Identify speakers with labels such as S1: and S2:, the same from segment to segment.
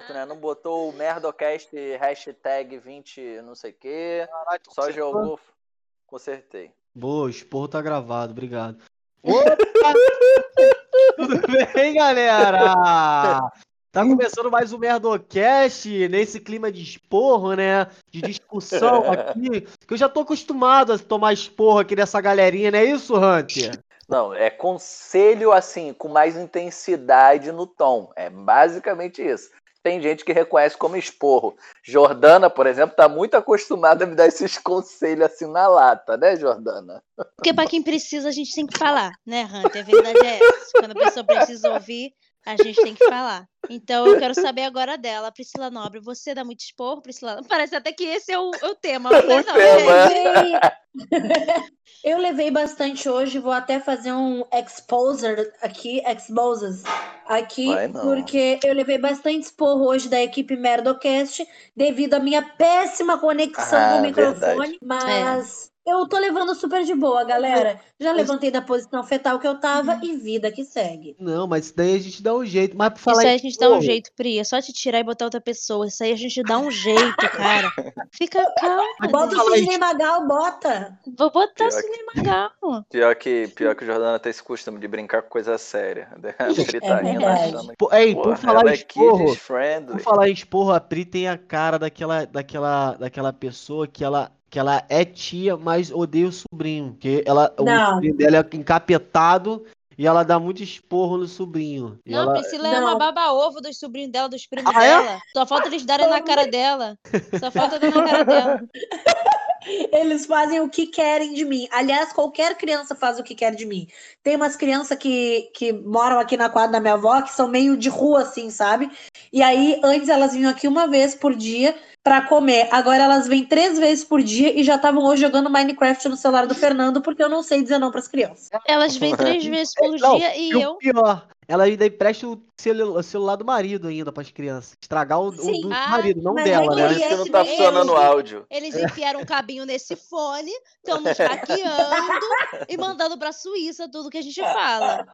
S1: certo, né? Não botou o Merdocast hashtag 20 não sei o quê.
S2: Caralho, tu
S1: Só
S2: consegue-
S1: jogou. Consertei.
S3: Boa, o esporro tá gravado, obrigado. Tudo bem, galera? Tá começando mais um Merdocast, nesse clima de esporro, né? De discussão aqui. Que eu já tô acostumado a tomar esporro aqui dessa galerinha, não é isso, Hunter?
S1: Não, é conselho assim, com mais intensidade no tom. É basicamente isso. Tem gente que reconhece como esporro. Jordana, por exemplo, tá muito acostumada a me dar esses conselhos assim na lata, né, Jordana?
S4: Porque pra quem precisa, a gente tem que falar, né, Hunter? A verdade é essa. Quando a pessoa precisa ouvir, a gente tem que falar. Então, eu quero saber agora dela. Priscila Nobre, você dá muito esporro, Priscila? Parece até que esse é o, é o tema. Não é
S1: O
S4: não,
S5: né?
S1: tema.
S4: gente?
S5: Levei- Eu levei bastante hoje, vou até fazer um exposer aqui, exposes aqui,
S1: Vai não.
S5: porque eu levei bastante esporro hoje da equipe Merdocast devido à minha péssima conexão
S1: Ah,
S5: do microfone,
S1: verdade.
S5: mas eu tô levando super de boa, galera. Já levantei da posição fetal que eu tava e vida que segue.
S3: Não, mas isso daí a gente dá um jeito. Mas pra falar
S4: Isso aí a
S3: em
S4: gente dá um
S3: esporro,
S4: jeito, Pri. É só te tirar e botar outra pessoa. Isso aí a gente dá um jeito, cara. Fica calmo.
S5: Bota o
S3: falar
S5: Sidney Magal, bota.
S4: Vou botar assim
S1: Pior
S4: o
S1: que-
S4: cinema calmo.
S1: Pior que, pior que Jordana tem esse costume de brincar com coisa séria. Né? Britadinha
S5: verdade.
S1: achando que.
S3: Pô, Ei,
S1: Porra,
S3: por falar
S1: ela
S3: em
S1: é
S3: esporro,
S1: kids friendly.
S3: Por falar em esporro, a Pri tem a cara daquela, daquela, daquela pessoa que ela, que ela é tia, mas odeia o sobrinho. Porque ela, o
S5: Não.
S3: sobrinho dela é encapetado e ela dá muito esporro no sobrinho. E
S4: Não,
S3: ela-
S4: Priscila é
S5: Não.
S4: uma baba-ovo dos sobrinhos dela, dos primos
S3: Ah, é?
S4: dela. Só falta eles darem na cara dela. Só falta dar na cara dela.
S5: Eles fazem o que querem de mim. Aliás, qualquer criança faz o que quer de mim. Tem umas crianças que, que moram aqui na quadra da minha avó, que são meio de rua, assim, sabe? E aí, antes elas vinham aqui uma vez por dia pra comer. Agora elas vêm três vezes por dia e já estavam hoje jogando Minecraft no celular do Fernando, porque eu não sei dizer não pras crianças.
S4: Elas vêm três vezes por
S3: Não,
S4: dia e
S3: E o
S4: eu.
S3: pior, ela ainda empresta o celu- o celular do marido ainda pras crianças. Estragar o, o
S5: Sim.
S3: do
S4: Ah,
S3: marido, não
S5: mas
S3: dela,
S5: é
S1: Por
S3: né?
S1: isso que não
S5: Yes,
S1: tá
S5: mesmo.
S1: funcionando o áudio.
S4: Eles enfiaram um cabinho nesse fone, estão nos hackeando e mandando pra Suíça tudo que a gente fala.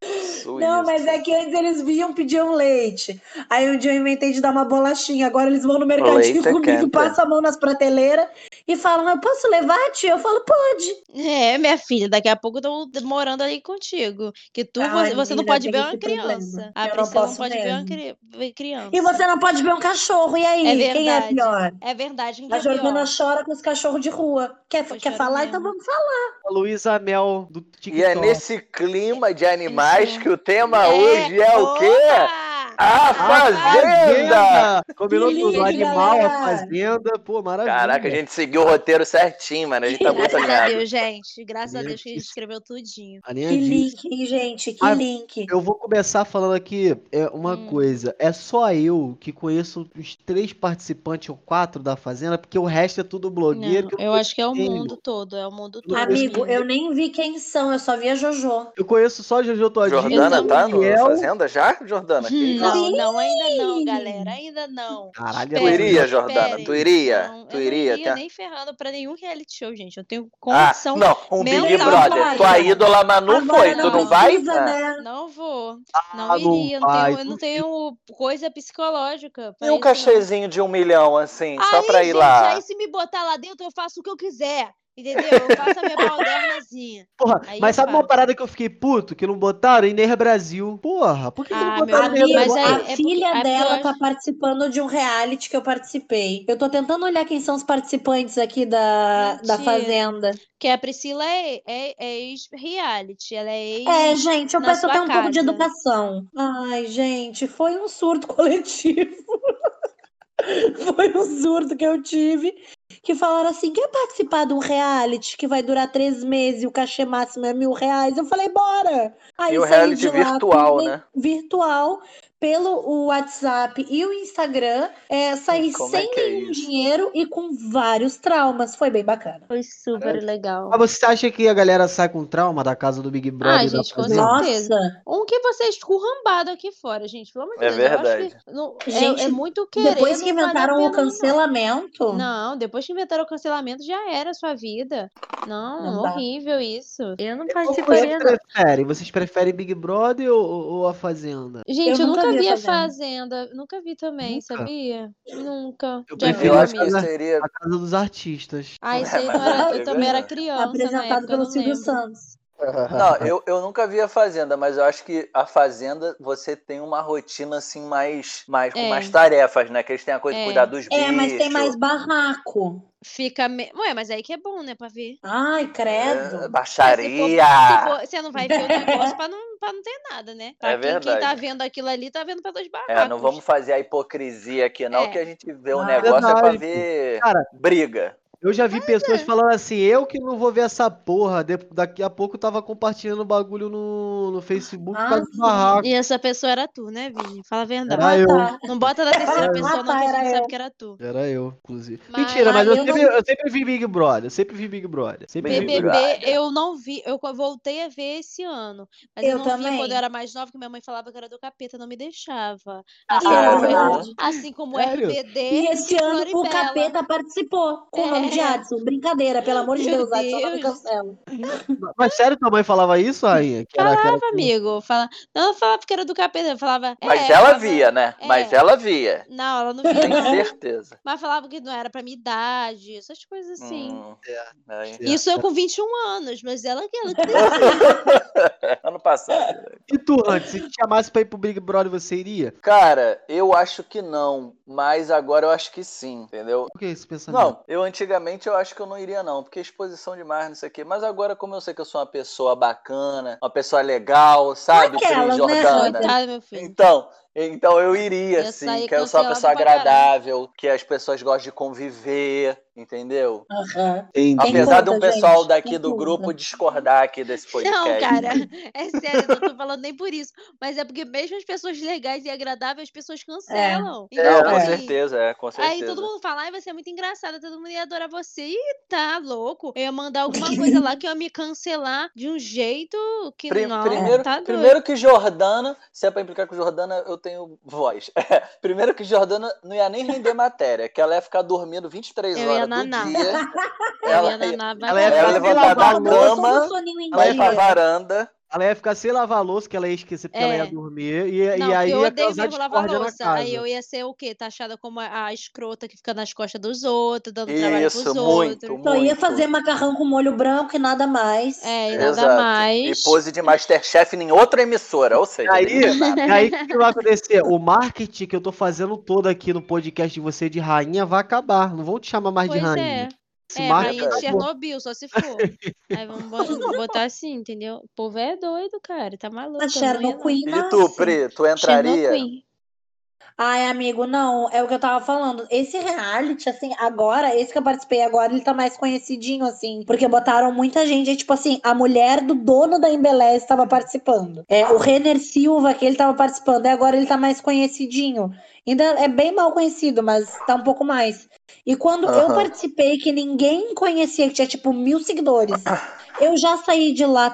S1: Suíça.
S5: Não, mas é que antes eles vinham pediam leite. Aí um dia eu inventei de dar uma bolachinha. Agora eles vão no mercadinho
S1: Leite é
S5: comigo,
S1: quente.
S5: passam a mão nas prateleiras e falam: Eu posso levar, tia? Eu falo, pode.
S4: É, minha filha, daqui a pouco estão morando ali contigo. Que tu,
S5: Ai,
S4: você, você não
S5: menina,
S4: pode
S5: tem
S4: ver
S5: esse
S4: uma
S5: problema.
S4: criança.
S5: Eu
S4: A
S5: não
S4: Priscila não
S5: posso
S4: pode ver uma
S5: mesmo.
S4: cri- ver criança.
S5: E você não pode ver um cachorro, e aí?
S4: É
S5: Quem é
S4: verdade.
S5: pior?
S4: É verdade, quem que
S5: Tá A
S4: é pior?
S5: Jordana chora com os cachorros de rua. Quer,
S4: Eu
S5: quer
S4: choro
S5: falar?
S4: mesmo.
S5: Então vamos falar.
S3: A Luísa Mel do TikTok.
S1: E é nesse clima de animais
S4: Isso.
S1: que o tema
S4: É, Ah,
S1: hoje é o quê?
S4: opa!
S1: A Fazenda!
S3: Ah, Combinou
S5: Que
S3: tudo,
S5: lindo,
S3: o animal, a
S5: galera.
S3: fazenda, pô, maravilha.
S1: Caraca, a gente seguiu o roteiro certinho, mano. A gente tá muito
S4: Graças a
S1: alinhado.
S4: Deus, gente. Graças a
S3: Meu
S4: Deus que a gente
S3: Deus.
S4: escreveu tudinho.
S5: Que
S3: Alinhadíssimo.
S5: link, hein, gente? Que
S3: Ah,
S5: link.
S3: Eu vou começar falando aqui é, uma
S4: Hum.
S3: coisa. É só eu que conheço os três participantes ou quatro da Fazenda, porque o resto é tudo blogueiro.
S4: Não,
S3: que eu,
S4: eu
S3: conheço-
S4: acho que é o
S3: tenho.
S4: mundo todo, é o mundo todo.
S5: Amigo, eu nem vi quem são, eu só vi a Jojo.
S3: eu conheço só Jojo Todinho.
S1: Jordana
S4: Eu
S1: tá no
S3: Miguel.
S1: Fazenda já? Jordana, que isso?
S4: Não, não, ainda não,
S5: Sim.
S4: galera. Ainda não.
S3: Caralho,
S1: Tu
S4: Espera,
S1: iria,
S4: espera.
S1: Jordana? Tu iria?
S4: Não,
S1: Tu
S4: eu
S1: iria?
S4: não iria
S1: tá?
S4: nem ferrando pra nenhum reality show, gente. Eu tenho
S1: Ah,
S4: condição.
S1: não, um Big
S4: mental,
S1: Brother.
S5: vai.
S1: Tua ídola, mas não
S5: Agora
S1: foi. Tu não vai?
S5: precisa,
S1: Ah.
S5: né?
S4: não. vou. Não
S3: Ah, não
S4: iria. Não
S3: vai,
S4: tenho, eu não
S3: tu-
S4: tenho coisa psicológica. pra
S1: E um
S4: isso,
S1: cachezinho de um milhão, assim,
S4: não.
S1: só
S4: aí,
S1: pra ir
S4: gente, é
S1: lá.
S4: Aí se me botar lá dentro, eu faço o que eu quiser. Entendeu? Eu faço a minha modernazinha.
S3: Porra,
S4: Aí
S3: mas
S4: eu
S3: sabe uma
S4: faço.
S3: parada que eu fiquei puto? Que não botaram em Ner Brasil. Porra, por que, que
S4: Ah,
S3: não
S4: meu
S3: botaram
S4: amigo,
S3: Ner
S4: mas
S5: Amigo,
S4: aí-
S3: Brasil?
S4: é
S5: a
S4: porque- é
S5: filha
S4: porque eu
S5: dela
S4: acho-
S5: tá participando de um reality que eu participei. Eu tô tentando olhar quem são os participantes aqui da,
S4: Mentira.
S5: da Fazenda.
S4: Porque a Priscila é, é- é ex-reality. Ela é ex.
S5: É, gente, eu
S4: na
S5: peço
S4: sua
S5: até um pouco de
S4: casa.
S5: educação. Ai, gente, foi um surto coletivo. Foi um surto que eu tive. Que falaram assim: quer participar de um reality que vai durar três meses e o cachê máximo é mil reais? Eu falei, bora! Aí
S1: E o
S5: eu saí
S1: reality
S5: de lá,
S1: virtual,
S5: tudo
S1: né?
S5: Virtual, pelo o WhatsApp e o Instagram, é, saí
S1: Como é
S5: sem
S1: que é
S5: nenhum
S1: isso?
S5: dinheiro e com vários traumas. Foi bem bacana.
S4: Foi super legal.
S3: Mas Ah, você acha que a galera sai com trauma da casa do Big Brother? e da
S4: Ah, gente, com
S3: Fazenda?
S4: certeza.
S5: Nossa!
S4: Um que você é escurrambado aqui fora, gente. Pelo amor de
S1: É
S4: Deus, eu acho que
S1: verdade.
S4: não- é-
S5: Gente,
S4: é, muito querer.
S5: Depois que
S4: não vale a
S5: inventaram o
S4: pena, não.
S5: cancelamento.
S4: Não, depois que inventaram o cancelamento, já era a sua vida. Não,
S5: Não dá.
S4: horrível isso. Eu não
S3: Qual que vocês preferem? Vocês preferem Big Brother ou, ou a Fazenda?
S4: Gente, eu, nunca vi, vi a
S5: fazenda.
S4: Fazenda. Nunca vi também,
S3: Nunca?
S4: sabia? Nunca.
S3: Eu
S4: Já vi
S1: Eu
S3: prefiro
S4: a
S1: acho que
S4: minha.
S1: seria.
S3: A casa dos artistas.
S4: Ah, isso aí não era, eu Então, também era criança. na
S5: Tá Apresentado
S4: época, eu
S5: pelo
S4: não
S5: Silvio
S4: lembro.
S5: Santos.
S1: Não, eu, eu nunca vi a Fazenda, mas eu acho que a Fazenda você tem uma rotina assim mais, mais com
S4: É.
S1: mais tarefas, né? Que eles têm a coisa
S4: É.
S1: de cuidar dos bichos.
S5: É, mas tem mais barraco.
S4: Fica. Me... Ué, mas aí que é bom, né? Pra ver.
S5: Ai,
S1: é,
S5: credo.
S4: Mas se for-
S1: baixaria.
S4: se for- Você não vai ver o negócio pra não, pra não ter nada, né? Pra
S1: É
S4: quem, quem
S1: verdade.
S4: tá vendo aquilo ali, tá vendo pelos barracos.
S1: É, não vamos fazer a hipocrisia aqui, não,
S4: É.
S1: que a gente vê um
S5: Ah,
S1: negócio é pra
S3: verdade,
S1: ver
S3: Cara,
S1: briga.
S3: eu já vi pessoas
S4: é.
S3: falando assim, eu que não vou ver essa porra. de- Daqui a pouco eu tava compartilhando o bagulho no, no Facebook
S5: Ah,
S3: por causa do
S5: sim.
S3: barraco.
S4: E essa pessoa era tu, né, Vini? Fala a
S1: É,
S4: verdade.
S3: Era eu.
S5: tá.
S4: Não bota na terceira
S5: Ah,
S4: pessoa, não,
S5: tá,
S4: que a
S5: era
S4: gente
S5: eu.
S4: sabe que era tu.
S3: Era eu, inclusive.
S4: Mas-
S3: Mentira, mas eu,
S5: Ah, eu
S3: sempre,
S5: não-
S3: eu sempre vi Big Brother. Eu sempre vi Big Brother. Sempre vi
S1: Big
S3: Big
S4: BBB
S3: Brother.
S1: Brother.
S4: eu não vi, eu co- voltei a ver esse ano, mas eu,
S5: Eu
S4: não
S5: também.
S4: vi quando eu era mais nova, que minha mãe falava que era do capeta, não me deixava.
S5: Ah,
S4: Assim,
S1: é
S4: como, eu-
S5: verdade.
S4: assim como
S3: Sério?
S4: RBD
S5: E esse ano o
S4: Floribela.
S5: capeta participou com o nome de
S4: É.
S5: Adson. Brincadeira, pelo amor de
S4: Meu
S5: Deus, Adson, não
S4: Deus.
S5: me cancela.
S3: Mas sério, tua mãe falava isso, Rainha? Que que
S4: Falava, amigo, fala... não, ela falava que era do capeta, eu falava... é,
S1: Mas ela
S4: falava-
S1: via, né?
S4: é.
S1: Mas ela via.
S4: Não, ela não via,
S1: Tenho
S4: não.
S1: certeza.
S4: mas falava que não era pra minha idade, essas coisas assim.
S1: Hum,
S3: É.
S1: aí.
S4: Isso eu com 21 anos, mas ela que ela que
S1: Ano passado.
S3: E tu, Hank, se te chamasse pra ir pro Big Brother, você iria?
S1: Cara, eu acho que não, mas agora eu acho que sim, entendeu?
S3: Por que esse pensamento?
S1: Não, eu antigamente eu acho que eu não iria não, porque é exposição demais nisso aqui. Mas agora, como eu sei que eu sou uma pessoa bacana, uma pessoa legal, sabe,
S5: Aquela,
S1: Cris
S5: né,
S1: Jordana?
S5: Jordana?
S4: Coitado, tá, meu filho.
S1: Então, então eu iria,
S4: Ia
S1: sim,
S4: sair
S1: que eu sou uma
S4: cancelado
S1: pessoa
S4: pra caralho.
S1: agradável, que as pessoas gostam de conviver, entendeu?
S5: Aham. Quem
S3: Entendi.
S1: Apesar de um
S5: conta,
S1: pessoal
S5: gente?
S1: daqui
S5: Quem
S1: do
S5: conta?
S1: grupo discordar aqui desse podcast.
S4: Não, cara, é sério, eu não tô falando nem por isso. Mas é porque mesmo as pessoas legais e agradáveis, as pessoas cancelam.
S1: É,
S4: Então,
S1: com
S4: assim,
S1: certeza, é, com certeza.
S4: Aí todo mundo fala, ai, você é muito engraçada, todo mundo ia adorar você. Ih, tá louco. Eu ia mandar alguma coisa lá que eu ia me cancelar de um jeito que
S1: Pri-
S4: não,
S1: primeiro,
S4: tá doido.
S1: primeiro que Jordana, se é pra implicar com Jordana, eu tenho voz. É, primeiro que Jordana não ia nem render matéria, que ela ia ficar dormindo 23
S4: Eu ia
S1: horas do
S4: nanar.
S1: dia.
S4: Eu
S1: Ela
S4: ia
S1: ia,
S4: nanar, vai
S3: ela ia
S1: ela ia
S4: lá.
S3: Ela ia
S1: levantar
S3: lavar
S1: da
S3: a louça,
S5: um
S1: cama, ela ia pra varanda.
S3: Ela ia ficar sem lavar a louça, que ela ia esquecer porque ela
S4: É.
S3: ia dormir. E,
S4: Não,
S3: e aí
S4: eu
S3: ia
S4: odeio
S3: causar
S4: mesmo lavar
S3: discórdia na
S4: louça.
S3: casa.
S4: Aí eu ia ser o quê? Taxada como a, a escrota que fica nas costas dos outros, dando trabalho pros
S1: Isso,
S4: outros.
S1: muito, muito.
S5: Só ia fazer macarrão com molho branco e nada mais.
S4: É, e nada
S1: Exato.
S4: mais.
S1: E pose de Masterchef em outra emissora, ou seja,
S3: Aí-
S1: nem tem nada.
S3: E aí o que que vai acontecer? O marketing que eu tô fazendo todo aqui no podcast de você de rainha vai acabar. Não vão te chamar mais
S4: Pois
S3: de
S4: é.
S3: rainha. Esse
S4: É,
S3: marketing
S4: rainha de
S1: acabou.
S4: Chernobyl, só se for. Aí vamos bo- botar assim, entendeu? O povo é doido, cara. Tá maluco.
S5: Mas
S4: eu não ia,
S5: Cherno
S4: não.
S5: Queen
S1: E tu,
S5: nasce.
S1: Pri, tu entraria?
S4: Chernobyl.
S5: Ai, amigo, não, é o que eu tava falando. Esse reality, assim, agora, esse que eu participei agora, ele tá mais conhecidinho, assim, porque botaram muita gente. É tipo assim, a mulher do dono da Embelez estava participando. É, o Renner Silva, que ele tava participando, e agora ele tá mais conhecidinho. Ainda é bem mal conhecido, mas tá um pouco mais. E quando eu
S1: Aham.
S5: participei, que ninguém conhecia, que tinha tipo mil seguidores, eu já saí de lá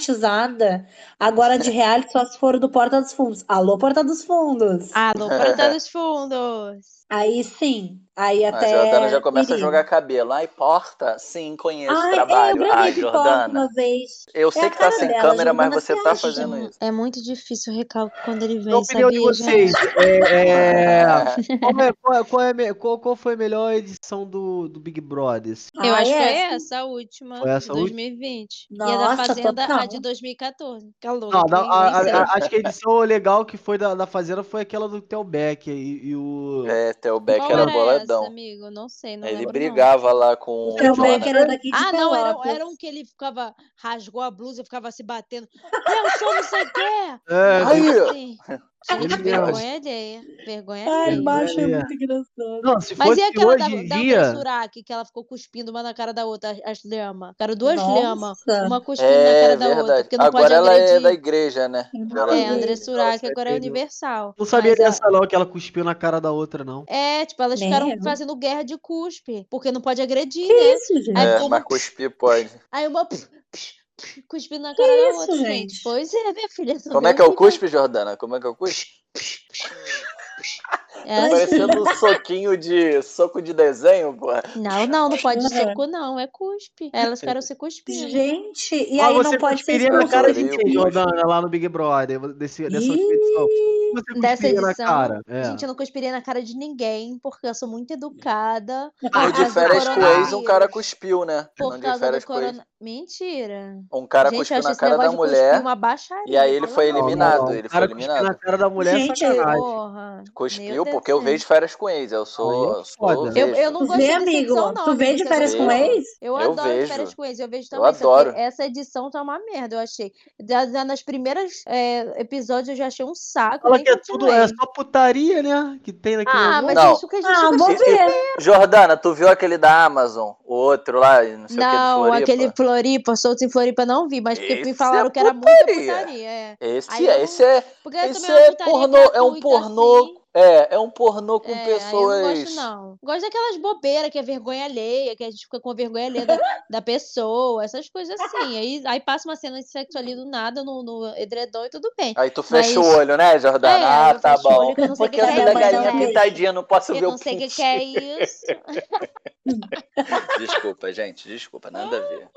S5: traumatizada. Agora de reality só se for do Porta dos Fundos. Alô, Porta dos Fundos.
S4: Alô, Porta dos Fundos.
S5: Aí sim, aí
S1: A
S5: até.
S1: Jordana já começa
S5: iria.
S1: a jogar cabelo. Ai, porta? Sim, conheço o
S4: é,
S5: Ai, eu
S1: trabalho.
S5: gravei
S1: Ai,
S5: pipoca
S1: Jordana.
S5: uma vez.
S1: Eu sei
S5: a
S1: que tá
S5: cara
S1: sem
S5: dela,
S1: câmera, mas
S5: Jordana
S1: você
S5: se
S1: tá
S5: acha,
S1: fazendo
S5: Jordana.
S1: isso.
S4: É muito difícil o recalque quando ele
S3: Na
S4: vem,
S3: opinião de
S4: sabia,
S3: vocês,
S4: gente?
S3: é, é, qual, é- qual é- qual é a me- qual- qual foi a melhor edição do, do Big Brother?
S4: Eu
S5: Ah,
S4: acho que foi
S5: é?
S4: essa a última,
S3: Foi essa
S4: de
S3: a última?
S4: 2020. e a da
S5: Nossa,
S4: Fazenda, a
S5: total.
S4: de 2014. Calor,
S3: Não,
S4: nem,
S3: da- a-
S4: nem sei.
S3: a- a- acho que a edição legal que foi da, da Fazenda foi aquela do Theo Becker e, e o.
S1: É, teu Beck
S4: Qual
S1: era
S4: era essa,
S1: boladão.
S4: amigo? Não sei, não
S1: Ele
S4: lembro
S1: brigava lá com
S5: O
S1: o
S5: seu
S1: Jonathan.
S5: Becker um era daqui de
S4: Ah, não, era,
S5: Pelotas.
S4: era um que ele ficava, rasgou a blusa e ficava se batendo. Eu sou não sei o quê!
S3: É,
S1: Ai,
S3: do-
S4: Assim,
S3: Ele
S4: Gente,
S3: mesmo.
S4: vergonha alheia. Vergonha
S5: Ai,
S4: alheia.
S5: macho, é
S3: Vergonha.
S5: muito engraçado.
S3: Não, se
S4: Mas
S3: fosse
S4: e aquela da,
S3: hoje
S4: da
S3: em dia.
S4: Suraki, que ela ficou cuspindo uma na cara da outra, as, as lhamas? Cara, duas
S5: Nossa.
S4: lhamas. Uma cuspindo na
S1: É
S4: cara né, da outra,
S1: verdade.
S4: porque não pode
S1: Agora ela é
S4: agredir.
S1: da igreja, né? Ela-
S4: É, André Suraki
S3: Nossa,
S4: agora é
S3: entendi.
S4: universal.
S3: Não sabia
S4: Mas a-
S3: dessa, não, que ela cuspiu na cara da outra, não.
S4: É, tipo, elas
S5: Nem
S4: ficaram
S5: eu.
S4: fazendo guerra de cuspe, porque não pode agredir,
S5: Que
S4: né?
S5: isso, gente?
S4: Ai,
S1: É,
S4: como-
S1: mas cuspir pode.
S4: Aí uma pf, pf, pf, cuspindo na cara da
S5: isso,
S4: outra, gente.
S5: gente?
S4: Pois é, minha filha. tu
S1: Como
S4: vê
S1: é que é o
S4: vai-
S1: cuspe, Jordana? Como é que é o cuspe? Tá
S4: É,
S1: parecendo um soquinho de soco de desenho, porra.
S4: não, não, não pode
S5: É.
S4: soco, não. É cuspe. Elas ficaram se cuspindo.
S5: Gente, e
S3: Ah,
S5: aí
S3: você
S5: não pode ser
S3: cuspiria na
S5: expulso.
S3: cara de
S1: Meu
S3: quem,
S1: Deus.
S3: Jordana, lá no Big Brother, desse, dessa
S5: Ih,
S3: última edição? Você cuspiria
S4: Dessa
S3: na
S4: edição,
S3: cara? É.
S4: Gente, eu não cuspiria na cara de ninguém, porque eu sou muito educada.
S1: No de
S4: Ah, do
S1: férias com ex, um
S4: coronavírus.
S1: cara cuspiu, né?
S4: Por
S1: No de
S4: causa
S1: férias
S4: do
S1: com ex.
S4: corona. Mentira.
S1: Um cara
S4: gente, eu
S1: cuspiu
S4: achei
S1: na
S4: esse
S1: cara da
S4: negócio de cuspir
S1: mulher.
S4: uma baixaria.
S1: E aí ele
S4: fala
S1: foi
S4: não.
S3: Não,
S1: eliminado,
S3: não,
S1: ele
S3: o cara
S1: foi
S3: cuspir
S1: eliminado.
S3: na cara da mulher é
S5: Gente,
S3: sacanagem.
S4: Porra. Meu
S1: Cuspiu
S4: Deus
S1: porque eu
S4: do
S1: vejo
S4: céu.
S1: férias com ex. Eu
S3: Aí é
S1: sou. eu sou-
S3: foda.
S4: Eu, eu
S1: vejo.
S4: não
S5: Tu vê,
S4: gostei dessa
S5: amigo?
S4: edição, não.
S5: Tu vê de
S4: amigo,
S5: férias
S4: você
S5: com
S4: gostou?
S5: ex?
S4: Eu,
S1: Eu
S4: adoro
S1: vejo.
S4: férias com ex, eu vejo também. só
S1: adoro.
S4: que essa edição tá uma merda, eu achei. Já, já nas primeiras é, episódios eu já achei um saco.
S3: Fala
S4: nem
S3: que é tudo, é
S4: continuei.
S3: só putaria, né? Que tem naquele
S4: Ah, mas
S3: negócio.
S1: Não.
S4: isso que a gente
S5: Ah,
S4: gostou.
S5: vou ver.
S1: Jordana, tu viu aquele da Amazon? O outro lá, não sei
S4: Não,
S1: o que, é de Floripa?
S4: aquele Floripa, solto em Floripa, não vi, mas porque
S1: Esse é
S4: me falaram que era muita
S1: putaria.
S4: putaria. É. Aí
S1: Esse,
S4: eu
S1: é,
S4: não-
S1: esse é,
S4: Porque
S1: esse
S4: também uma
S1: é
S4: putaria
S1: pornô, é um
S4: gratuita,
S1: pornô,
S4: assim.
S1: é, é um pornô com
S4: É, aí eu não gosto,
S1: pessoas.
S4: não. Gosto daquelas bobeiras que é vergonha alheia, que a gente fica com vergonha alheia da, da pessoa, essas coisas assim. Aí, aí passa uma cena de sexo ali do nada no, no edredom e tudo bem.
S1: Aí tu fecha
S4: Mas-
S1: o olho, né, Jordana?
S4: É,
S1: ah,
S4: eu
S1: tá
S4: fecho o olho
S1: bom.
S4: que eu não sei o que é,
S1: Porque
S5: tá
S1: eu sou da
S5: acontecendo.
S1: galinha pintadinha, não posso ver
S4: Eu
S1: o
S4: não sei o que,
S1: pintinho.
S4: que é isso.
S1: Desculpa, gente, desculpa, nada a ver.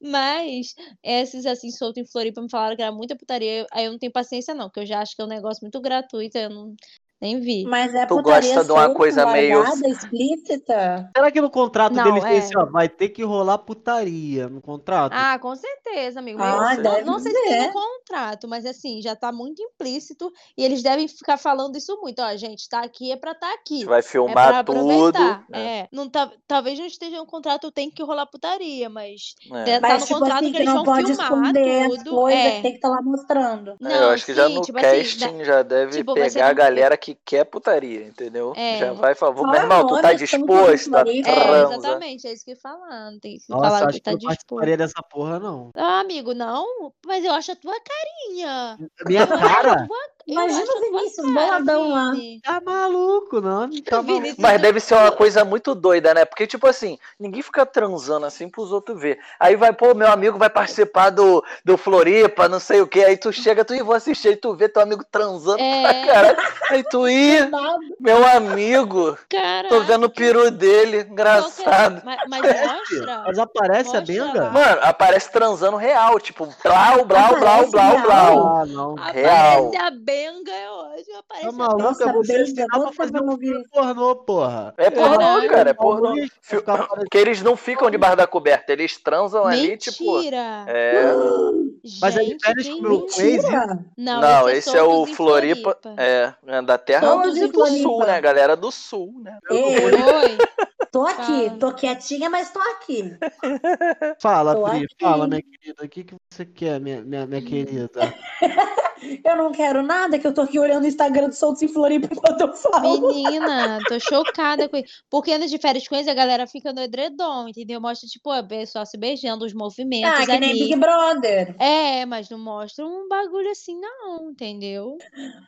S4: Mas esses assim, solto em Floripa, me falaram que era muita putaria. Aí eu não tenho paciência, não, que eu já acho que é um negócio muito gratuito, eu não, nem vi.
S5: Mas é
S1: Tu
S5: putaria
S1: gosta de uma
S5: solta,
S1: coisa meio-
S5: guardada, explícita.
S4: Tá
S3: Será que no contrato
S4: Não,
S3: deles tem
S4: é.
S3: assim, ó, vai ter que rolar putaria no contrato?
S4: Ah, com certeza, amigo.
S5: Ah,
S4: Mas não,
S5: deve
S4: não sei se tem
S5: ser.
S4: no contrato, mas assim, já tá muito implícito e eles devem ficar falando isso muito. Ó, gente, tá aqui é pra estar tá
S1: A
S4: aqui.
S1: gente vai
S4: É pra
S1: filmar tudo.
S4: aproveitar.
S1: É,
S4: É. Não tá- talvez não esteja no contrato, tem que rolar putaria, mas
S1: é.
S4: deve tá
S5: Mas,
S4: no
S5: tipo
S4: contrato
S5: assim,
S4: que
S5: que
S4: eles
S5: não
S4: vão
S5: pode
S4: filmar
S5: esconder as
S4: tudo.
S5: coisas,
S4: é.
S5: que tem que estar lá mostrando.
S1: É, eu acho que já
S4: sim,
S1: no
S4: tipo assim,
S1: casting já deve
S4: tipo, vai ser
S1: pegar a
S4: no- eu-
S1: galera que quer putaria, entendeu?
S4: É.
S1: Já vai falar,
S5: Fala
S1: meu irmão, tu tá
S5: nomes, estamos falando de
S1: disposto a
S5: Floripa.
S4: É,
S1: transa?
S4: exatamente, é isso que falam. Tem que
S3: Nossa,
S4: falar
S3: acho
S4: que
S3: que
S4: tá
S3: eu não
S4: disposto.
S3: participaria dessa porra, não.
S4: Ah, amigo, não, mas eu acho a tua carinha.
S3: Minha
S4: Eu
S3: cara?
S4: acho tua, eu
S5: Imagina
S4: acho a
S5: o
S4: tua
S5: Vinícius
S4: cara,
S5: boladão lá.
S4: Vini.
S3: Tá maluco, não? não Tá maluco.
S4: Vinícius,
S1: Mas
S4: tu-
S1: deve ser uma coisa muito doida, né? Porque, tipo assim, ninguém fica transando assim pros outros ver. Aí vai, pô, meu amigo vai participar do, do Floripa, não sei o quê. Aí tu chega, tu e vou assistir, aí tu vê teu amigo transando
S4: É.
S1: pra caralho. Aí tu, ih, meu amigo,
S4: Caraca.
S1: tô vendo é o peru dele, engraçado.
S4: Mas, mas
S1: um
S3: Aparece?
S4: mostra.
S3: Mas aparece a
S4: Mostra
S3: benga?
S4: lá.
S1: Mano, aparece transando real, tipo, blau, blau, blau,
S5: Aparece
S1: blau,
S5: real?
S1: blau.
S3: Ah, não.
S1: Real.
S4: Aparece a benga, é ótimo. Aparece
S3: Tá
S4: a-
S3: maluco,
S5: Nossa,
S3: é você
S5: benga,
S3: ensinar
S5: nunca
S3: pra fazer
S5: vou
S3: um
S5: ouvir
S3: filme
S5: isso.
S3: pornô, porra.
S1: É pornô,
S4: Caralho.
S1: cara, é pornô.
S3: Isso,
S1: Fi-
S3: ficar aparecendo.
S1: Porque eles não ficam debaixo da coberta, eles transam ali, tipo.
S4: Mentira.
S1: É.
S3: Mas é de
S4: Gente,
S3: férias
S4: que
S3: com meu-
S4: isso?
S3: com ex,
S5: Mentira!
S4: Não,
S1: Não,
S4: esse é,
S1: esse é o
S4: Soltos em
S1: Floripa. É, é da terra lá
S5: Soltos
S1: de-
S5: em
S1: do sul,
S5: Floripa.
S1: né? Galera do sul, né?
S5: Ei,
S4: Oi.
S5: É, tô aqui,
S4: Fala.
S5: tô quietinha, mas tô aqui.
S3: Fala,
S5: Tô
S3: Pri,
S5: aqui.
S3: fala, minha querida. O que, que você quer, minha, minha,
S5: É,
S3: minha querida?
S5: Eu não quero nada, que eu tô aqui olhando o Instagram do Soltos em Floripa enquanto eu falo.
S4: Menina, tô chocada com isso. Porque nas de férias com ex, a galera fica no edredom, entendeu? Mostra, tipo, a pessoa se beijando, os movimentos
S5: Ah, que nem
S4: ali.
S5: Big Brother.
S4: É, mas não mostra um bagulho assim, não, entendeu?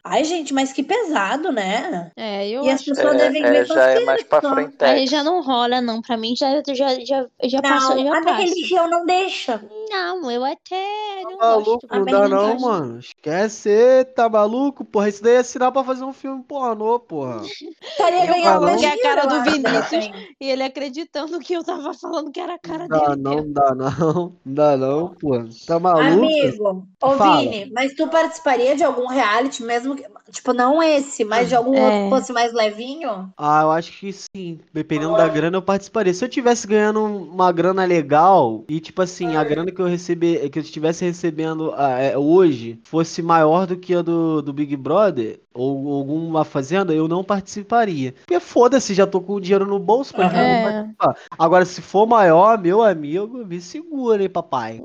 S5: Ai, gente, mas que pesado, né?
S4: É, eu
S5: E as
S4: acho.
S5: pessoas devem
S1: É, é,
S5: ver
S1: já
S5: suas
S1: é mais pra
S5: só.
S1: frente.
S4: Aí já não rola, não. Pra mim já, já, já, já passou,
S5: Não,
S4: já
S5: a minha
S4: passa.
S5: religião não deixa.
S4: Não, eu até não
S3: Tá maluco,
S4: gosto.
S3: não
S5: Também
S3: dá
S5: não
S3: não,
S5: gosto.
S3: mano. Esquece, tá maluco, porra. Isso daí é sinal pra fazer um filme pornô, porra.
S5: Estaria
S3: Eu
S5: ganhando
S3: falo.
S5: mais
S4: Porque a
S5: dinheiro,
S4: cara
S5: eu
S4: do assim.
S5: acho, de
S4: Vinícius-
S5: repente.
S4: E ele acreditando que eu tava falando que era a cara
S3: Dá
S4: dele.
S5: é
S4: mesmo.
S3: não, dá não, dá não, porra. Tá maluco?
S5: Amigo, ô
S3: Fala.
S5: Vini, mas tu participaria de algum reality, mesmo que, tipo, não esse, mas de algum
S4: É.
S5: outro que fosse mais levinho?
S3: Ah, eu acho que sim. Dependendo da grana, eu participaria. Se eu tivesse ganhando um, uma grana legal e, tipo assim, a grana que eu receber, que eu estivesse recebendo ah, é, hoje fosse maior do que a do, do Big Brother ou alguma fazenda, eu não participaria. Porque foda-se, já tô com o dinheiro no bolso, pra que eu vou
S4: É.
S3: participar? Agora, se for maior, meu amigo, me segura, hein, papai.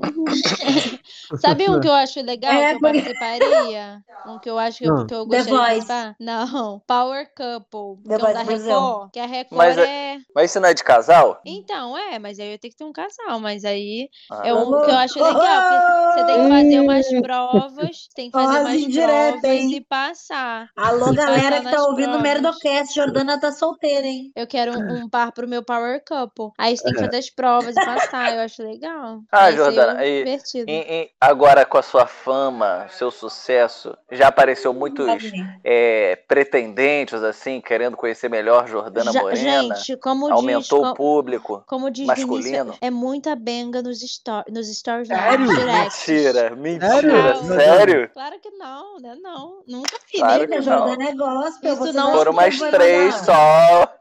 S4: Sabe um que eu acho legal
S5: É,
S4: que eu
S5: porque-
S4: participaria? Um que eu acho que
S3: Ah.
S4: eu, que eu
S5: The
S4: gostaria de
S5: Voice.
S4: participar? Não, Power Couple,
S5: The
S4: que é um
S5: Voice
S4: da
S5: Brasil.
S4: Record, que a Record
S1: Mas
S4: é...
S1: Mas isso não é de casal?
S4: Então, é, mas aí eu tenho que ter um casal, mas aí
S1: Ah.
S4: é um que eu acho legal, porque você tem que fazer umas provas, tem que fazer
S5: Ó, as
S4: umas
S5: indiretas,
S4: provas
S5: hein?
S4: e passar. par.
S5: Alô, galera que
S4: nas
S5: tá ouvindo o
S4: provas.
S5: Merdocast, Jordana tá solteira, hein?
S4: Eu quero um, um par pro meu Power Couple. Aí você tem que fazer as provas e passar. Eu acho legal.
S1: É. Ah,
S4: Aí seria
S1: Jordana, aí-
S4: divertido.
S1: E- e agora com a sua fama, seu sucesso, já apareceu muitos é, pretendentes assim, querendo conhecer melhor Jordana
S4: Já-
S1: Morena?
S4: gente, como diz,
S1: aumentou
S4: co-
S1: o público?
S4: como diz
S1: masculino?
S4: Vinícius, é muita benga nos, sto- nos stories. não,
S3: Sério?
S4: nos directs.
S1: Mentira, mentira,
S4: Não.
S1: sério?
S4: Claro que não, né? Não, nunca vi.
S1: Claro
S4: né?
S1: que
S5: Eita,
S1: não.
S5: Jordana é gospel.
S4: Isso
S5: você
S4: não-
S1: Foram
S5: vai
S1: mais
S5: mandar.
S1: três só.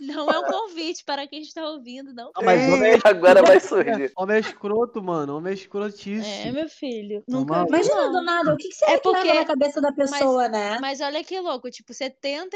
S4: Não é um convite para quem está ouvindo, não.
S3: Ah, mas homem é
S1: Ih, agora vai surgir.
S3: Homem é escroto, mano. Homem é escrotíssimo.
S4: É, meu filho.
S3: Não,
S4: Nunca
S3: mas-
S4: vi.
S5: Imagina
S4: não.
S5: do nada, o que, que será
S4: É
S5: que
S4: porque-
S5: leva na cabeça da pessoa, né?
S4: Mas olha que louco, tipo,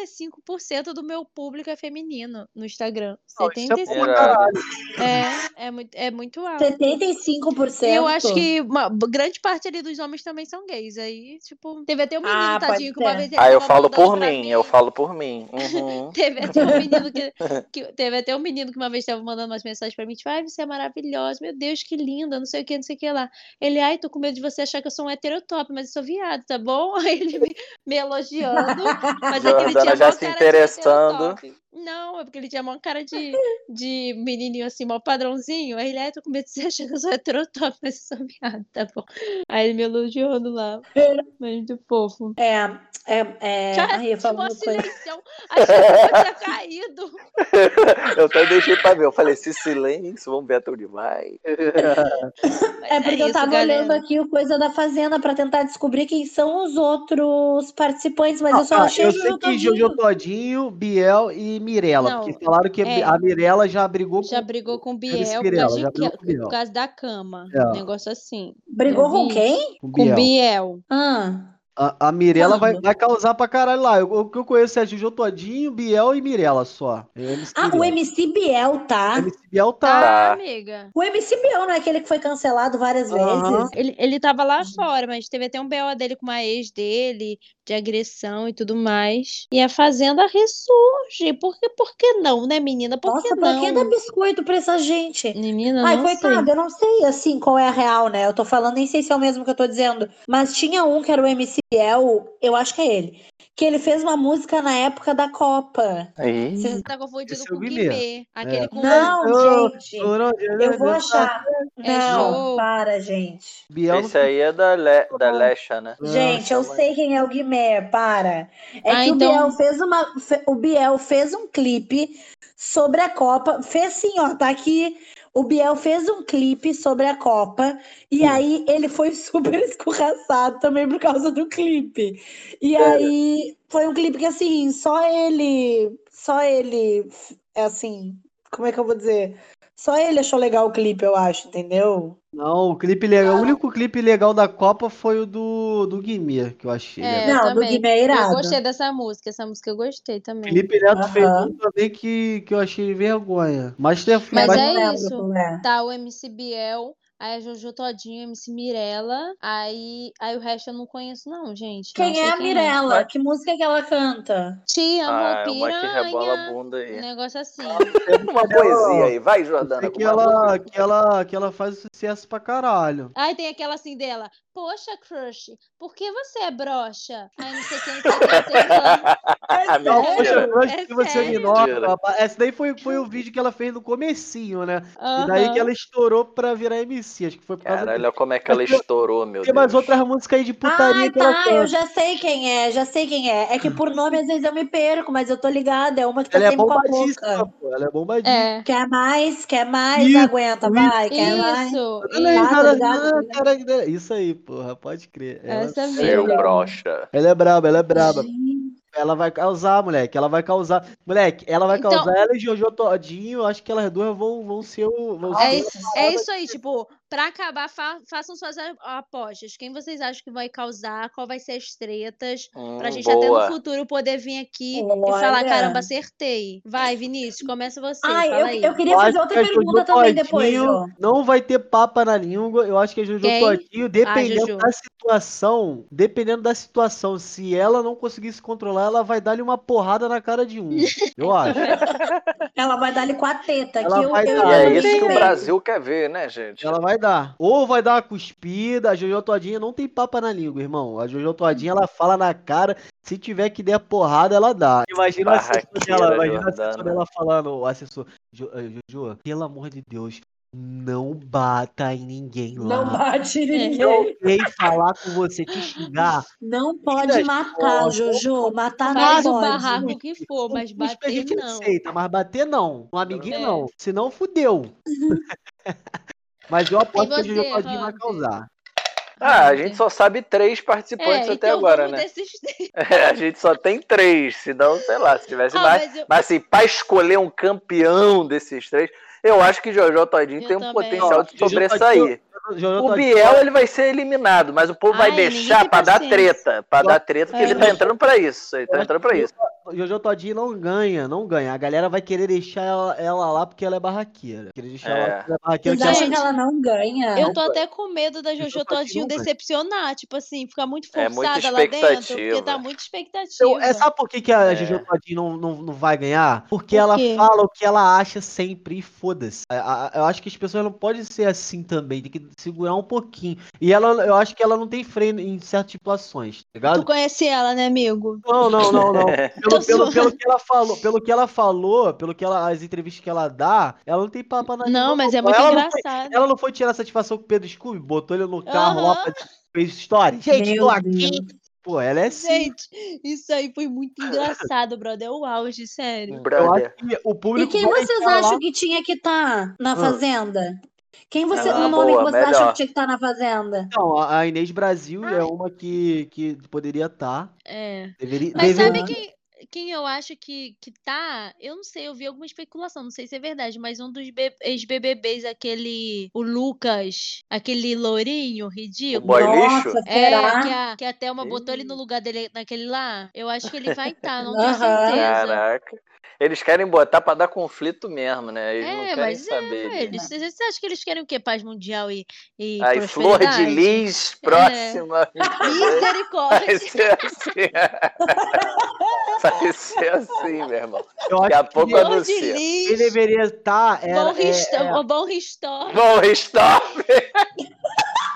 S4: 75% do meu público é feminino no Instagram.
S3: Não, isso é bom
S4: 75%.
S3: pra caralho.
S4: É, é muito, é muito alto.
S5: 75%.
S4: E eu acho que uma grande parte ali dos homens também são gays. Aí, tipo, teve até um menino,
S5: Ah, pode
S4: tadinho, que uma
S5: ser.
S4: vez ele
S1: Ah, eu
S4: tava
S1: falo
S4: mandando
S1: por
S4: pra
S1: mim, eu falo por mim. Uhum.
S4: Teve até um menino que, que- teve até um menino que uma vez estava mandando umas mensagens pra mim, tipo, ai, você é maravilhosa, meu Deus, que linda, não sei o que, não sei o que lá. Ele, ai, tô com medo de você achar que eu sou um heterotop, mas eu sou viado, tá bom? Aí ele me, me elogiando, mas é aquele
S1: Jordana
S4: dia
S1: já
S4: mó
S1: se
S4: cara de
S1: interessando.
S4: heterotop. Não, é porque ele tinha uma cara de, de menininho assim, mó padrãozinho. Aí ele, ai, tô com medo de você achar que eu sou heterotop, mas eu sou viado, tá bom? Aí ele me elogiando lá, mas muito fofo.
S5: É, é, é.
S4: Já assim,
S5: Ai, eu
S4: tinha
S5: falo
S4: uma
S5: uma coisa.
S4: silencião, achei que eu tinha caído.
S1: Eu até deixei pra ver. Eu falei, esse silêncio, vamos ver até onde vai.
S4: né? Mas
S5: É porque eu
S4: isso,
S5: tava
S4: galera.
S5: olhando aqui o Coisa da Fazenda pra tentar descobrir quem são os outros participantes, mas eu só
S3: Ah,
S5: achei
S3: eu
S5: o
S3: sei
S5: Jojo
S3: que Jojo Todinho, Biel e Mirella.
S4: Não,
S3: Porque falaram que
S4: é.
S3: a Mirella já brigou
S4: Já
S3: com.
S4: brigou com o
S3: Deve ser
S4: Biel por
S3: Mirella,
S4: causa, de
S3: já
S4: que-
S3: brigou com o Biel.
S4: por causa da cama.
S3: É.
S4: Um negócio assim.
S5: Brigou
S4: Eu
S5: com
S4: vi.
S5: quem?
S3: com
S4: Com
S3: Biel.
S4: o Biel.
S5: Ah,
S3: A, a Mirella vai,
S5: Quando?
S3: vai causar pra caralho lá. Eu- O que eu conheço é Jojo Todinho, Biel e Mirella só. É MC
S5: ah o
S3: Mirella.
S5: MC Biel, tá?
S3: MC Biel tá.
S4: Ah,
S1: Tá.
S4: amiga.
S5: O MC Biel não é aquele que foi cancelado várias
S3: Aham.
S5: vezes?
S4: Ele, ele tava lá
S5: Uhum.
S4: fora, mas teve até um BO dele com uma ex dele, de agressão e tudo mais. E a Fazenda ressurge. Por que, por que não, né, menina? Por
S5: Nossa,
S4: que
S5: pra
S4: não?
S5: que dar biscoito pra essa gente?
S4: Menina,
S5: Ai,
S4: não
S5: coitado,
S4: sei.
S5: eu não sei assim qual é a real, né? Eu tô falando, nem sei se é o mesmo que eu tô dizendo. Mas tinha um que era o MC Biel, eu acho que é ele. Que ele fez uma música na época da Copa.
S1: Ih,
S4: Você tá confundido
S3: Esse
S4: com
S3: eu
S4: o
S3: vi É.
S4: Guimê. Aquele com...
S5: Não, gente. Eu vou
S3: tá.
S5: achar.
S4: É
S5: Não,
S4: jogo.
S5: para, gente.
S3: Biel
S1: Esse aí é da, Le, da Lecha, né?
S5: Gente, eu sei quem é o Guimê, para. É
S4: Ah,
S5: que
S4: então-
S5: o Biel fez uma. fe- O Biel fez um clipe sobre a Copa. Fez sim, ó, tá aqui. O Biel fez um clipe sobre a Copa e aí ele foi super escorraçado também por causa do clipe. E aí foi um clipe que assim, só ele, só ele, é assim, como é que eu vou dizer? Só ele achou legal o clipe, eu acho, entendeu?
S3: Não, o clipe legal.
S5: Ah.
S3: O único clipe legal da Copa foi o do, do Guimê, que eu achei. né?
S4: É,
S3: legal.
S4: eu
S5: Não, do
S4: também.
S5: Guimê é
S4: Eu
S5: irado.
S4: gostei dessa música. Essa música eu gostei também.
S3: Felipe Neto
S5: Aham.
S3: fez um também que, que eu achei vergonha. Mas, tef-
S4: Mas
S3: mas
S4: é
S5: eu lembro
S4: isso.
S5: qual é.
S4: Tá o MC Biel, aí a Jojo Todinho, MC Mirella, aí, aí o resto eu não conheço não, gente. Não
S5: Quem
S4: sei
S5: é a Mirella?
S1: Vai.
S5: Que música que ela canta?
S4: Te amo,
S1: Ah, é uma que rebola a
S4: piranha.
S1: bunda
S4: Um
S1: aí.
S4: negócio assim.
S1: Uma poesia aí. Vai, Jordana.
S3: eu sei
S1: com
S3: É que
S1: uma
S3: ela,
S1: música.
S3: que, ela, que ela faz sucesso pra caralho.
S4: Aí tem aquela assim dela. Poxa, crush, por que você é broxa? Aí não sei quem, tá não sei quem, não sei quando.
S1: Ah,
S3: Não,
S1: mentira.
S3: poxa, crush,
S4: É
S3: que você
S4: sério?
S3: me nota.
S1: Mentira.
S3: rapaz. Esse daí foi, foi o vídeo que ela fez no comecinho, né? E daí que ela estourou pra virar MC. Acho que foi por causa
S1: Caralho,
S3: disso.
S1: olha como é que ela
S3: Mas tem-
S1: estourou, meu
S3: Tem mais
S1: Deus.
S3: outras músicas aí de putaria
S4: Ah,
S5: Ai,
S3: que ela
S5: tá,
S3: canta.
S5: eu já sei quem é, já sei quem é. É que por nome às vezes eu me perco, mas eu tô ligada, é uma que tá
S3: Ela é
S5: sempre com a boca.
S3: bombadíssima, pô. Ela é bombadíssima.
S4: É.
S5: Quer mais, quer mais,
S3: Isso,
S5: aguenta, vai, quer mais.
S4: Isso.
S3: Olha aí,
S5: Tá, tá
S3: olha- olha a
S5: ligado, tá ligado.
S3: é né, cara dela. Isso aí, porra, pode crer. Ela,
S4: Essa
S1: Seu
S4: mesmo.
S1: brocha.
S3: ela é braba, ela é braba.
S5: Gente,
S3: Ela vai causar, moleque. Ela vai causar. Moleque, ela vai
S4: Então-
S3: causar. Ela e Jojo Todinho, eu acho que elas duas vão, vão ser o. Vão
S5: Nossa.
S4: É
S3: ser...
S4: isso, é isso aí, tipo, pra acabar, fa- façam suas a- apostas. Quem vocês acham que vai causar, qual vai ser as tretas,
S1: Hum,
S4: pra gente
S1: boa.
S4: até no futuro poder vir aqui e
S5: Olha.
S4: falar, caramba, acertei. Vai, Vinícius, começa você,
S5: Ai,
S4: fala
S5: eu,
S4: aí.
S5: eu queria
S3: Eu acho
S5: fazer outra
S3: que a Jojo
S5: pergunta também depois,
S3: Todinho
S5: Jô.
S3: Não vai ter papa na língua. Eu acho que a Jojo
S4: Quem?
S3: Todinho, dependendo
S4: Jojo.
S3: da situação, dependendo da situação, se ela não conseguir se controlar, ela vai dar-lhe uma porrada na cara de um. Eu acho.
S5: Ela vai dar-lhe com a teta,
S3: Ela
S5: que eu,
S3: vai
S5: eu
S3: dar.
S1: E
S3: Ah,
S1: é
S5: eu
S1: isso que o
S5: também.
S1: Brasil quer ver, né, gente?
S3: Ela vai vai dar. Ou vai dar uma cuspida, a Jojo Todinha não tem papa na língua, irmão. A Jojo Todinha, ela fala na cara, se tiver que der porrada, ela dá. Imagina o assessor
S1: Barraqueira,
S3: dela, imagina o
S1: Jordana.
S3: assessor dela falando, o assessor, "Jo- eh, Jojo, pelo amor de Deus, não bata em ninguém lá.
S5: Não bate ninguém.
S3: Eu vem falar com você, te xingar,
S5: Não
S3: das
S5: pode matar,
S3: costas.
S5: Jojo. Matar
S4: Faz
S3: um
S5: não
S4: o
S5: pode.
S4: barraco que for, mas
S3: cuspe a
S4: bater
S3: gente
S4: não.
S3: aceita, mas bater não. Um amiguinho
S4: É. Uhum.
S3: não. Se não, fudeu. mas eu aposto que a
S4: você,
S3: Jojo Todinha vai
S4: Rob?
S3: causar.
S1: Ah, a
S4: Ai,
S1: gente
S4: Deus.
S1: só sabe três participantes
S4: É,
S1: até
S4: então
S1: agora,
S4: vamos
S1: né?
S4: desses-
S1: a gente só tem três, senão, sei lá, se tivesse
S4: Ah,
S1: mais.
S4: mas eu-
S1: Mas assim, pra escolher um campeão desses três, eu acho que Jojo Todinho
S4: Eu
S1: tem um
S4: também.
S1: potencial de
S3: Jojo Todinho-
S1: sobressair.
S3: Jojo
S1: O
S3: Todinho-
S1: Biel ele vai ser eliminado, mas o povo vai
S4: Ai,
S1: deixar
S4: ninguém tem
S1: pra dar
S4: paciência.
S1: treta. Pra dar treta, porque
S4: É.
S1: ele tá entrando pra isso. Ele tá
S3: Eu
S1: entrando
S3: acho
S1: pra
S3: que
S1: isso.
S3: Jojo Todinho não ganha, não ganha. A galera vai querer deixar ela, ela lá porque ela é barraqueira. Querer deixar ela
S1: É.
S3: lá porque ela é barraqueira. que
S5: Vocês
S3: ela-
S5: acham que ela não ganha?
S4: Eu tô até com medo da
S3: Jojo
S4: Jojo
S3: Todinho
S4: Todinho
S3: não ganha.
S4: decepcionar, tipo assim, ficar muito
S1: É muita
S4: forçada lá dentro, porque
S1: expectativa.
S4: tá muita expectativa.
S3: Eu- é, sabe por que, que a
S1: É.
S3: Jojo Todinho não, não, não vai ganhar? Porque
S4: Por
S3: ela
S4: quê?
S3: fala o que ela acha sempre e foda-se. A- a- Eu acho que as pessoas não podem ser assim também, tem que segurar um pouquinho. E ela, eu acho que ela não tem freio em certas situações, tá ligado?
S4: Tu conhece ela, né, amigo?
S3: Não, não, não, não. Pelo,
S4: Tô
S3: pelo,
S4: zoando.
S3: pelo que ela falou, pelo que ela falou, pelo que ela, as entrevistas que ela dá, ela não tem papo na língua,
S4: Não, mas é muito
S3: ela não foi-
S4: engraçado.
S3: ela não foi tirar satisfação com o Pedro Scooby, botou ele no carro
S4: Aham.
S3: lá, pra- fez história. Gente,
S5: Meu
S3: tô aqui.
S5: Deus.
S3: Pô, ela é assim.
S4: Gente, isso aí foi muito engraçado, brother. É o auge, sério.
S3: Eu
S1: Brother.
S3: acho que é o
S5: E
S3: público.
S5: quem
S3: vai
S5: vocês
S3: deixar
S5: acham
S3: lá-
S5: que tinha que estar na
S3: Ah.
S5: Fazenda? Quem você,
S1: Ah,
S5: o nome
S1: boa,
S5: que vocês acham
S1: melhor.
S5: que tinha que estar na Fazenda?
S3: Não, a a Inês Brasil é uma que, que poderia estar.
S4: É.
S3: Deveria,
S4: Mas
S3: deveria-
S4: sabe quem, quem eu acho que, que tá? Eu não sei, eu vi alguma especulação, não sei se é verdade, mas um dos be- ex-BBBs, aquele. O Lucas, aquele lourinho
S1: O
S4: ridículo.
S1: boy lixo?
S5: Nossa,
S4: É,
S5: será?
S4: que a, que a Thelma botou ele no lugar dele, naquele lá. Eu acho que ele vai estar, não tenho
S5: Aham.
S4: certeza.
S1: Caraca. Eles querem botar pra dar conflito mesmo, né? Eles não
S4: É,
S1: querem
S4: mas
S1: saber.
S4: é, eles, você acha que eles querem o quê? Paz mundial e, e
S1: Aí, Flor de
S4: prosperidade?
S1: Lis,
S4: É.
S1: é próxima. Vai
S4: Misericórdia.
S1: ser assim. Vai ser assim, meu irmão.
S3: eu
S1: Daqui a
S3: acho
S1: pouco
S3: que
S1: eu-
S4: Flor de
S1: anuncia.
S3: ele
S4: Lis.
S3: deveria estar. era-
S4: Bom
S3: é-
S4: Ristão, o Bom Ristão.
S1: Bom, stop!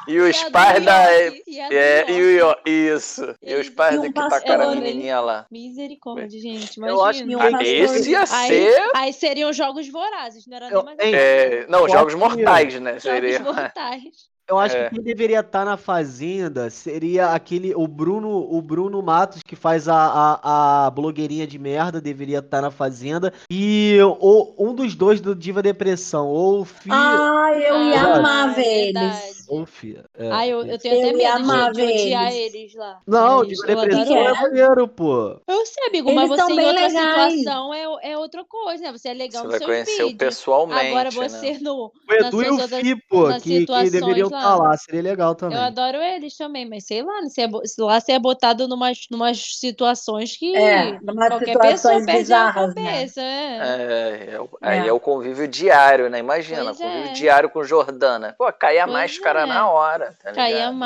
S1: E os
S4: e a do
S1: pais da.
S4: York, e a do
S1: É, e
S4: York.
S1: o Yo- Isso. E os
S4: Ele-
S1: pais
S5: E
S1: da
S5: um
S1: que tacaram a
S5: pastor, ele-
S1: menininha lá.
S4: Misericórdia, gente.
S3: Eu acho
S4: imagina.
S5: que um
S1: Ah,
S5: pastor,
S1: Esse ia
S4: Aí-
S1: ser.
S4: Aí seriam jogos vorazes, não era
S3: Eu-
S4: nem mais assim,
S3: hein,
S1: é, não,
S3: Só
S1: Jogos
S3: que-
S1: Mortais, né?
S4: jogos
S1: Seria.
S4: mortais.
S3: Eu acho
S1: É.
S3: que quem deveria estar na fazenda seria aquele o Bruno, o Bruno Matos que faz a, a, a blogueirinha de merda deveria estar na fazenda e ou um dos dois do Diva Depressão ou o Fio
S5: Ai, eu ia
S3: Ah,
S5: amar ver
S4: é verdade.
S5: eles.
S3: ou o Fia. é.
S4: Ai, eu, eu tenho
S5: Eu
S4: até
S5: ia
S4: medo
S5: amar
S4: de, de odiar
S5: eles.
S4: eles, lá.
S3: Não,
S4: Eles-
S3: Diva
S4: eu adoro
S3: Depressão é
S4: eles.
S3: maneiro, pô.
S4: Eu sei, amigo,
S5: Eles
S4: mas você
S5: são
S4: em
S5: bem
S4: outra
S5: legais.
S4: situação é, é outra coisa, né? Você é legal
S1: Você
S4: nos
S1: vai
S4: seus
S1: conhecer o
S4: vídeos.
S1: pessoalmente.
S4: Agora
S1: né?
S4: você no.
S3: O Edu e
S4: Nas
S3: o
S4: outras-
S3: Fi, pô,
S4: nas
S3: que, que
S4: situações
S3: deveriam
S4: lá.
S3: estar lá, seria legal também.
S4: Eu adoro eles também, mas sei lá, se é bo- se lá você é botado numas, numas situações que
S5: É, numa
S4: qualquer pessoa
S5: situações
S4: perde a
S5: bizarras, né?
S4: cabeça. é.
S1: É, é o-
S5: É.
S1: aí é o convívio diário, né? Imagina,
S4: Pois
S1: convívio
S4: é.
S1: diário com Jordana. Pô, caía a
S4: Pois
S1: máscara
S4: é.
S1: na hora, tá
S4: Cair a
S1: ligado?
S5: Como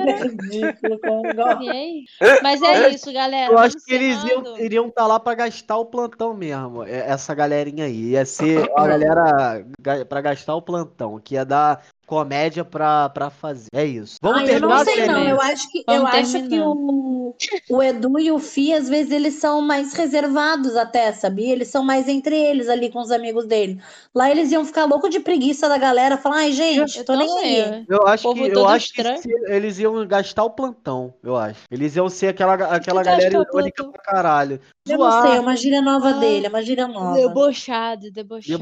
S5: é
S4: máscara.
S5: ridículo, como gosta.
S4: e aí? Mas é isso, galera.
S3: Eu
S4: vamos
S3: acho que eles iam-
S4: encerrando.
S3: iriam estar lá pra gastar o plantão mesmo, é- essa galerinha aí. Ia ser a galera ga- pra gastar o plantão, que ia dar comédia pra, pra fazer. É isso. Vamos
S5: Ah, eu
S3: terminar
S5: não
S3: a
S5: sei, não.
S3: série?
S5: Eu acho que, eu
S4: Vamos
S5: acho que
S4: terminar.
S5: o, o Edu e o Fi, às vezes, eles são mais reservados até, sabia? Eles são mais entre eles ali com os amigos dele. Lá eles iam ficar louco de preguiça da galera, falar, ai, gente,
S4: Eu
S5: tô nem
S4: também,
S5: aí.
S4: é.
S3: Eu acho
S4: Povo
S3: que, eu
S4: todo
S3: acho que
S4: estranho.
S3: se- eles iam gastar o plantão, eu acho. Eles iam ser aquela, aquela
S4: Gastar o
S3: galera irônica
S4: plantão.
S3: pra caralho.
S5: Eu não sei, é
S3: Zoar,
S5: uma gíria nova
S4: Ah,
S5: dele, é uma gíria nova.
S4: Debochado, debochado.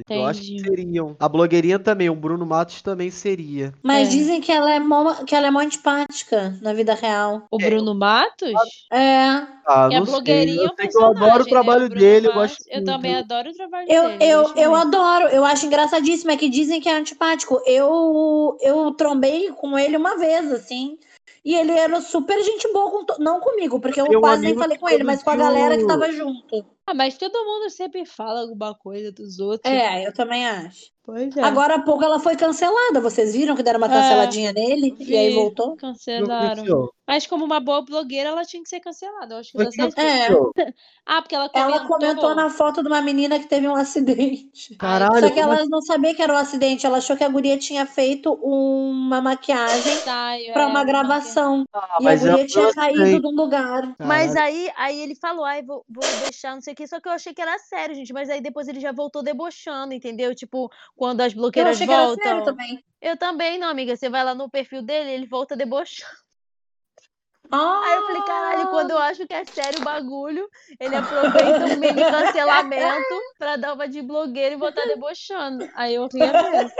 S3: debochado. Eu acho que
S4: Entendi.
S3: seriam. A blogueirinha também, o Bruno Matos também seria.
S5: Mas
S4: É.
S5: dizem que ela, é mó, que ela é mó antipática na vida real.
S4: O Bruno Matos?
S5: É,
S3: Ah,
S4: Que a
S3: não sei.
S4: blogueirinha é
S3: Eu
S4: um
S3: sei que eu adoro o
S4: personagem, né?
S3: trabalho
S4: Bruno
S3: dele, eu
S4: Mars,
S3: gosto
S4: Eu
S3: muito.
S4: também adoro o trabalho
S5: Eu,
S4: dele.
S5: eu,
S4: gosto
S5: eu
S4: muito.
S5: adoro, eu acho engraçadíssimo, é que dizem que é antipático. Eu, eu trombei com ele uma vez, assim, e ele era super gente boa, com to- não comigo, porque eu
S3: Tem um
S5: quase nem
S3: amigo
S5: falei
S3: que
S5: com ele, mas com a galera que
S3: produziu-
S5: tava junto.
S4: Ah, mas todo mundo sempre fala alguma coisa dos outros.
S5: É, eu também acho.
S4: Pois é.
S5: Agora há pouco ela foi cancelada. Vocês viram que deram uma
S4: É.
S5: canceladinha nele? E aí
S4: Vi.
S5: voltou?
S4: Cancelaram. Mas como uma boa blogueira, ela tinha que ser cancelada. Eu acho que
S3: Não
S4: dá
S3: tinha
S4: certo.
S5: É.
S4: Ah, porque ela comentou.
S5: Ela comentou na foto de uma menina que teve um acidente.
S3: Caralho,
S5: Só que
S3: como é?
S5: ela não sabia que era um acidente, ela achou que a guria tinha feito uma maquiagem
S4: Ensaio,
S5: pra
S4: é,
S5: uma
S4: não tem-
S5: gravação.
S3: Ah,
S5: E a
S3: mas
S5: guria
S3: ela
S5: tinha
S3: não
S5: caído
S3: aceita.
S5: de um lugar.
S4: Mas aí, aí ele falou, ai, vou, vou deixar, não sei o que, só que eu achei que era sério, gente. Mas aí depois ele já voltou debochando, entendeu? Tipo, quando as
S5: Eu
S4: bloqueiras
S5: achei que era
S4: voltam.
S5: sério então. também.
S4: Eu também não, amiga. Você vai lá no perfil dele, ele volta debochando.
S5: Ah,
S4: Aí eu falei, caralho, quando eu acho que é sério o bagulho, ele aproveita um mini cancelamento pra dar uma de blogueira e voltar debochando. Aí eu ria mesmo.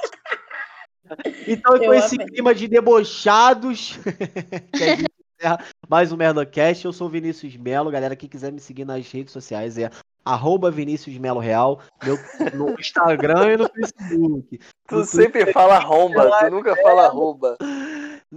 S3: Então, com
S5: Eu
S3: esse
S5: amei.
S3: clima de debochados, que a gente encerra mais um Merdocast. Eu sou o Vinícius Melo. Galera, quem quiser me seguir nas redes sociais é arroba Vinícius Melo Real, meu, no Instagram e no Facebook.
S1: Tu sempre fala arromba, tu nunca fala arroba.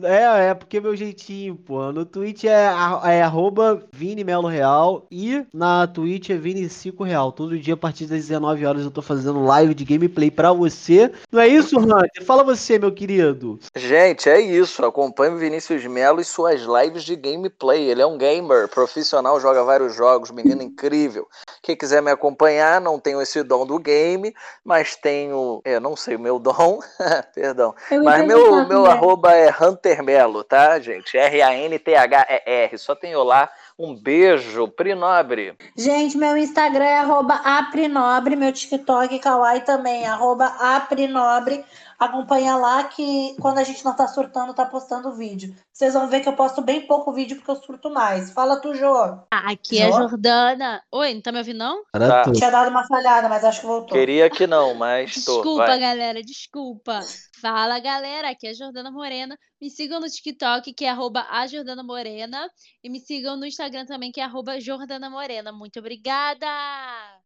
S3: É, é porque meu jeitinho, pô. No Twitch é, arro- é arroba Vini Melo Real e na Twitch é Vini Cico Real. Todo dia a partir das 19 horas eu tô fazendo live de gameplay pra você. Não é isso, Hunter? Fala você, meu querido.
S1: Gente, é isso. Acompanhe o Vinícius Melo e suas lives de gameplay. Ele é um gamer profissional, joga vários jogos, menino incrível. Quem quiser me acompanhar, não tenho esse dom do game, mas tenho. É, não sei o meu dom, perdão.
S5: eu ia
S1: Mas meu,
S5: perguntar
S1: meu
S5: também.
S1: arroba é Hunter Melo, tá, gente? R-A-N-T-H-E-R. Só tenho lá. Um beijo, Prinobre.
S5: Gente, meu Instagram é arroba aprinobre, meu TikTok e Kawaii também, arroba aprinobre. Acompanha lá que quando a gente não tá surtando, tá postando vídeo. Vocês vão ver que eu posto bem pouco vídeo porque eu surto mais. Fala tu, Jô.
S4: Ah, Aqui é a
S5: Ó.
S4: Jordana. Oi, não tá me ouvindo, não?
S1: Tá.
S3: tudo.
S5: Tinha dado uma falhada, mas acho que voltou.
S1: Queria que não, mas tô.
S4: Desculpa,
S1: vai.
S4: galera, desculpa. Fala, galera, aqui é a Jordana Morena. Me sigam no TikTok, que é arroba a Jordana Morena. E me sigam no Instagram também, que é arroba Jordana Morena. Muito obrigada!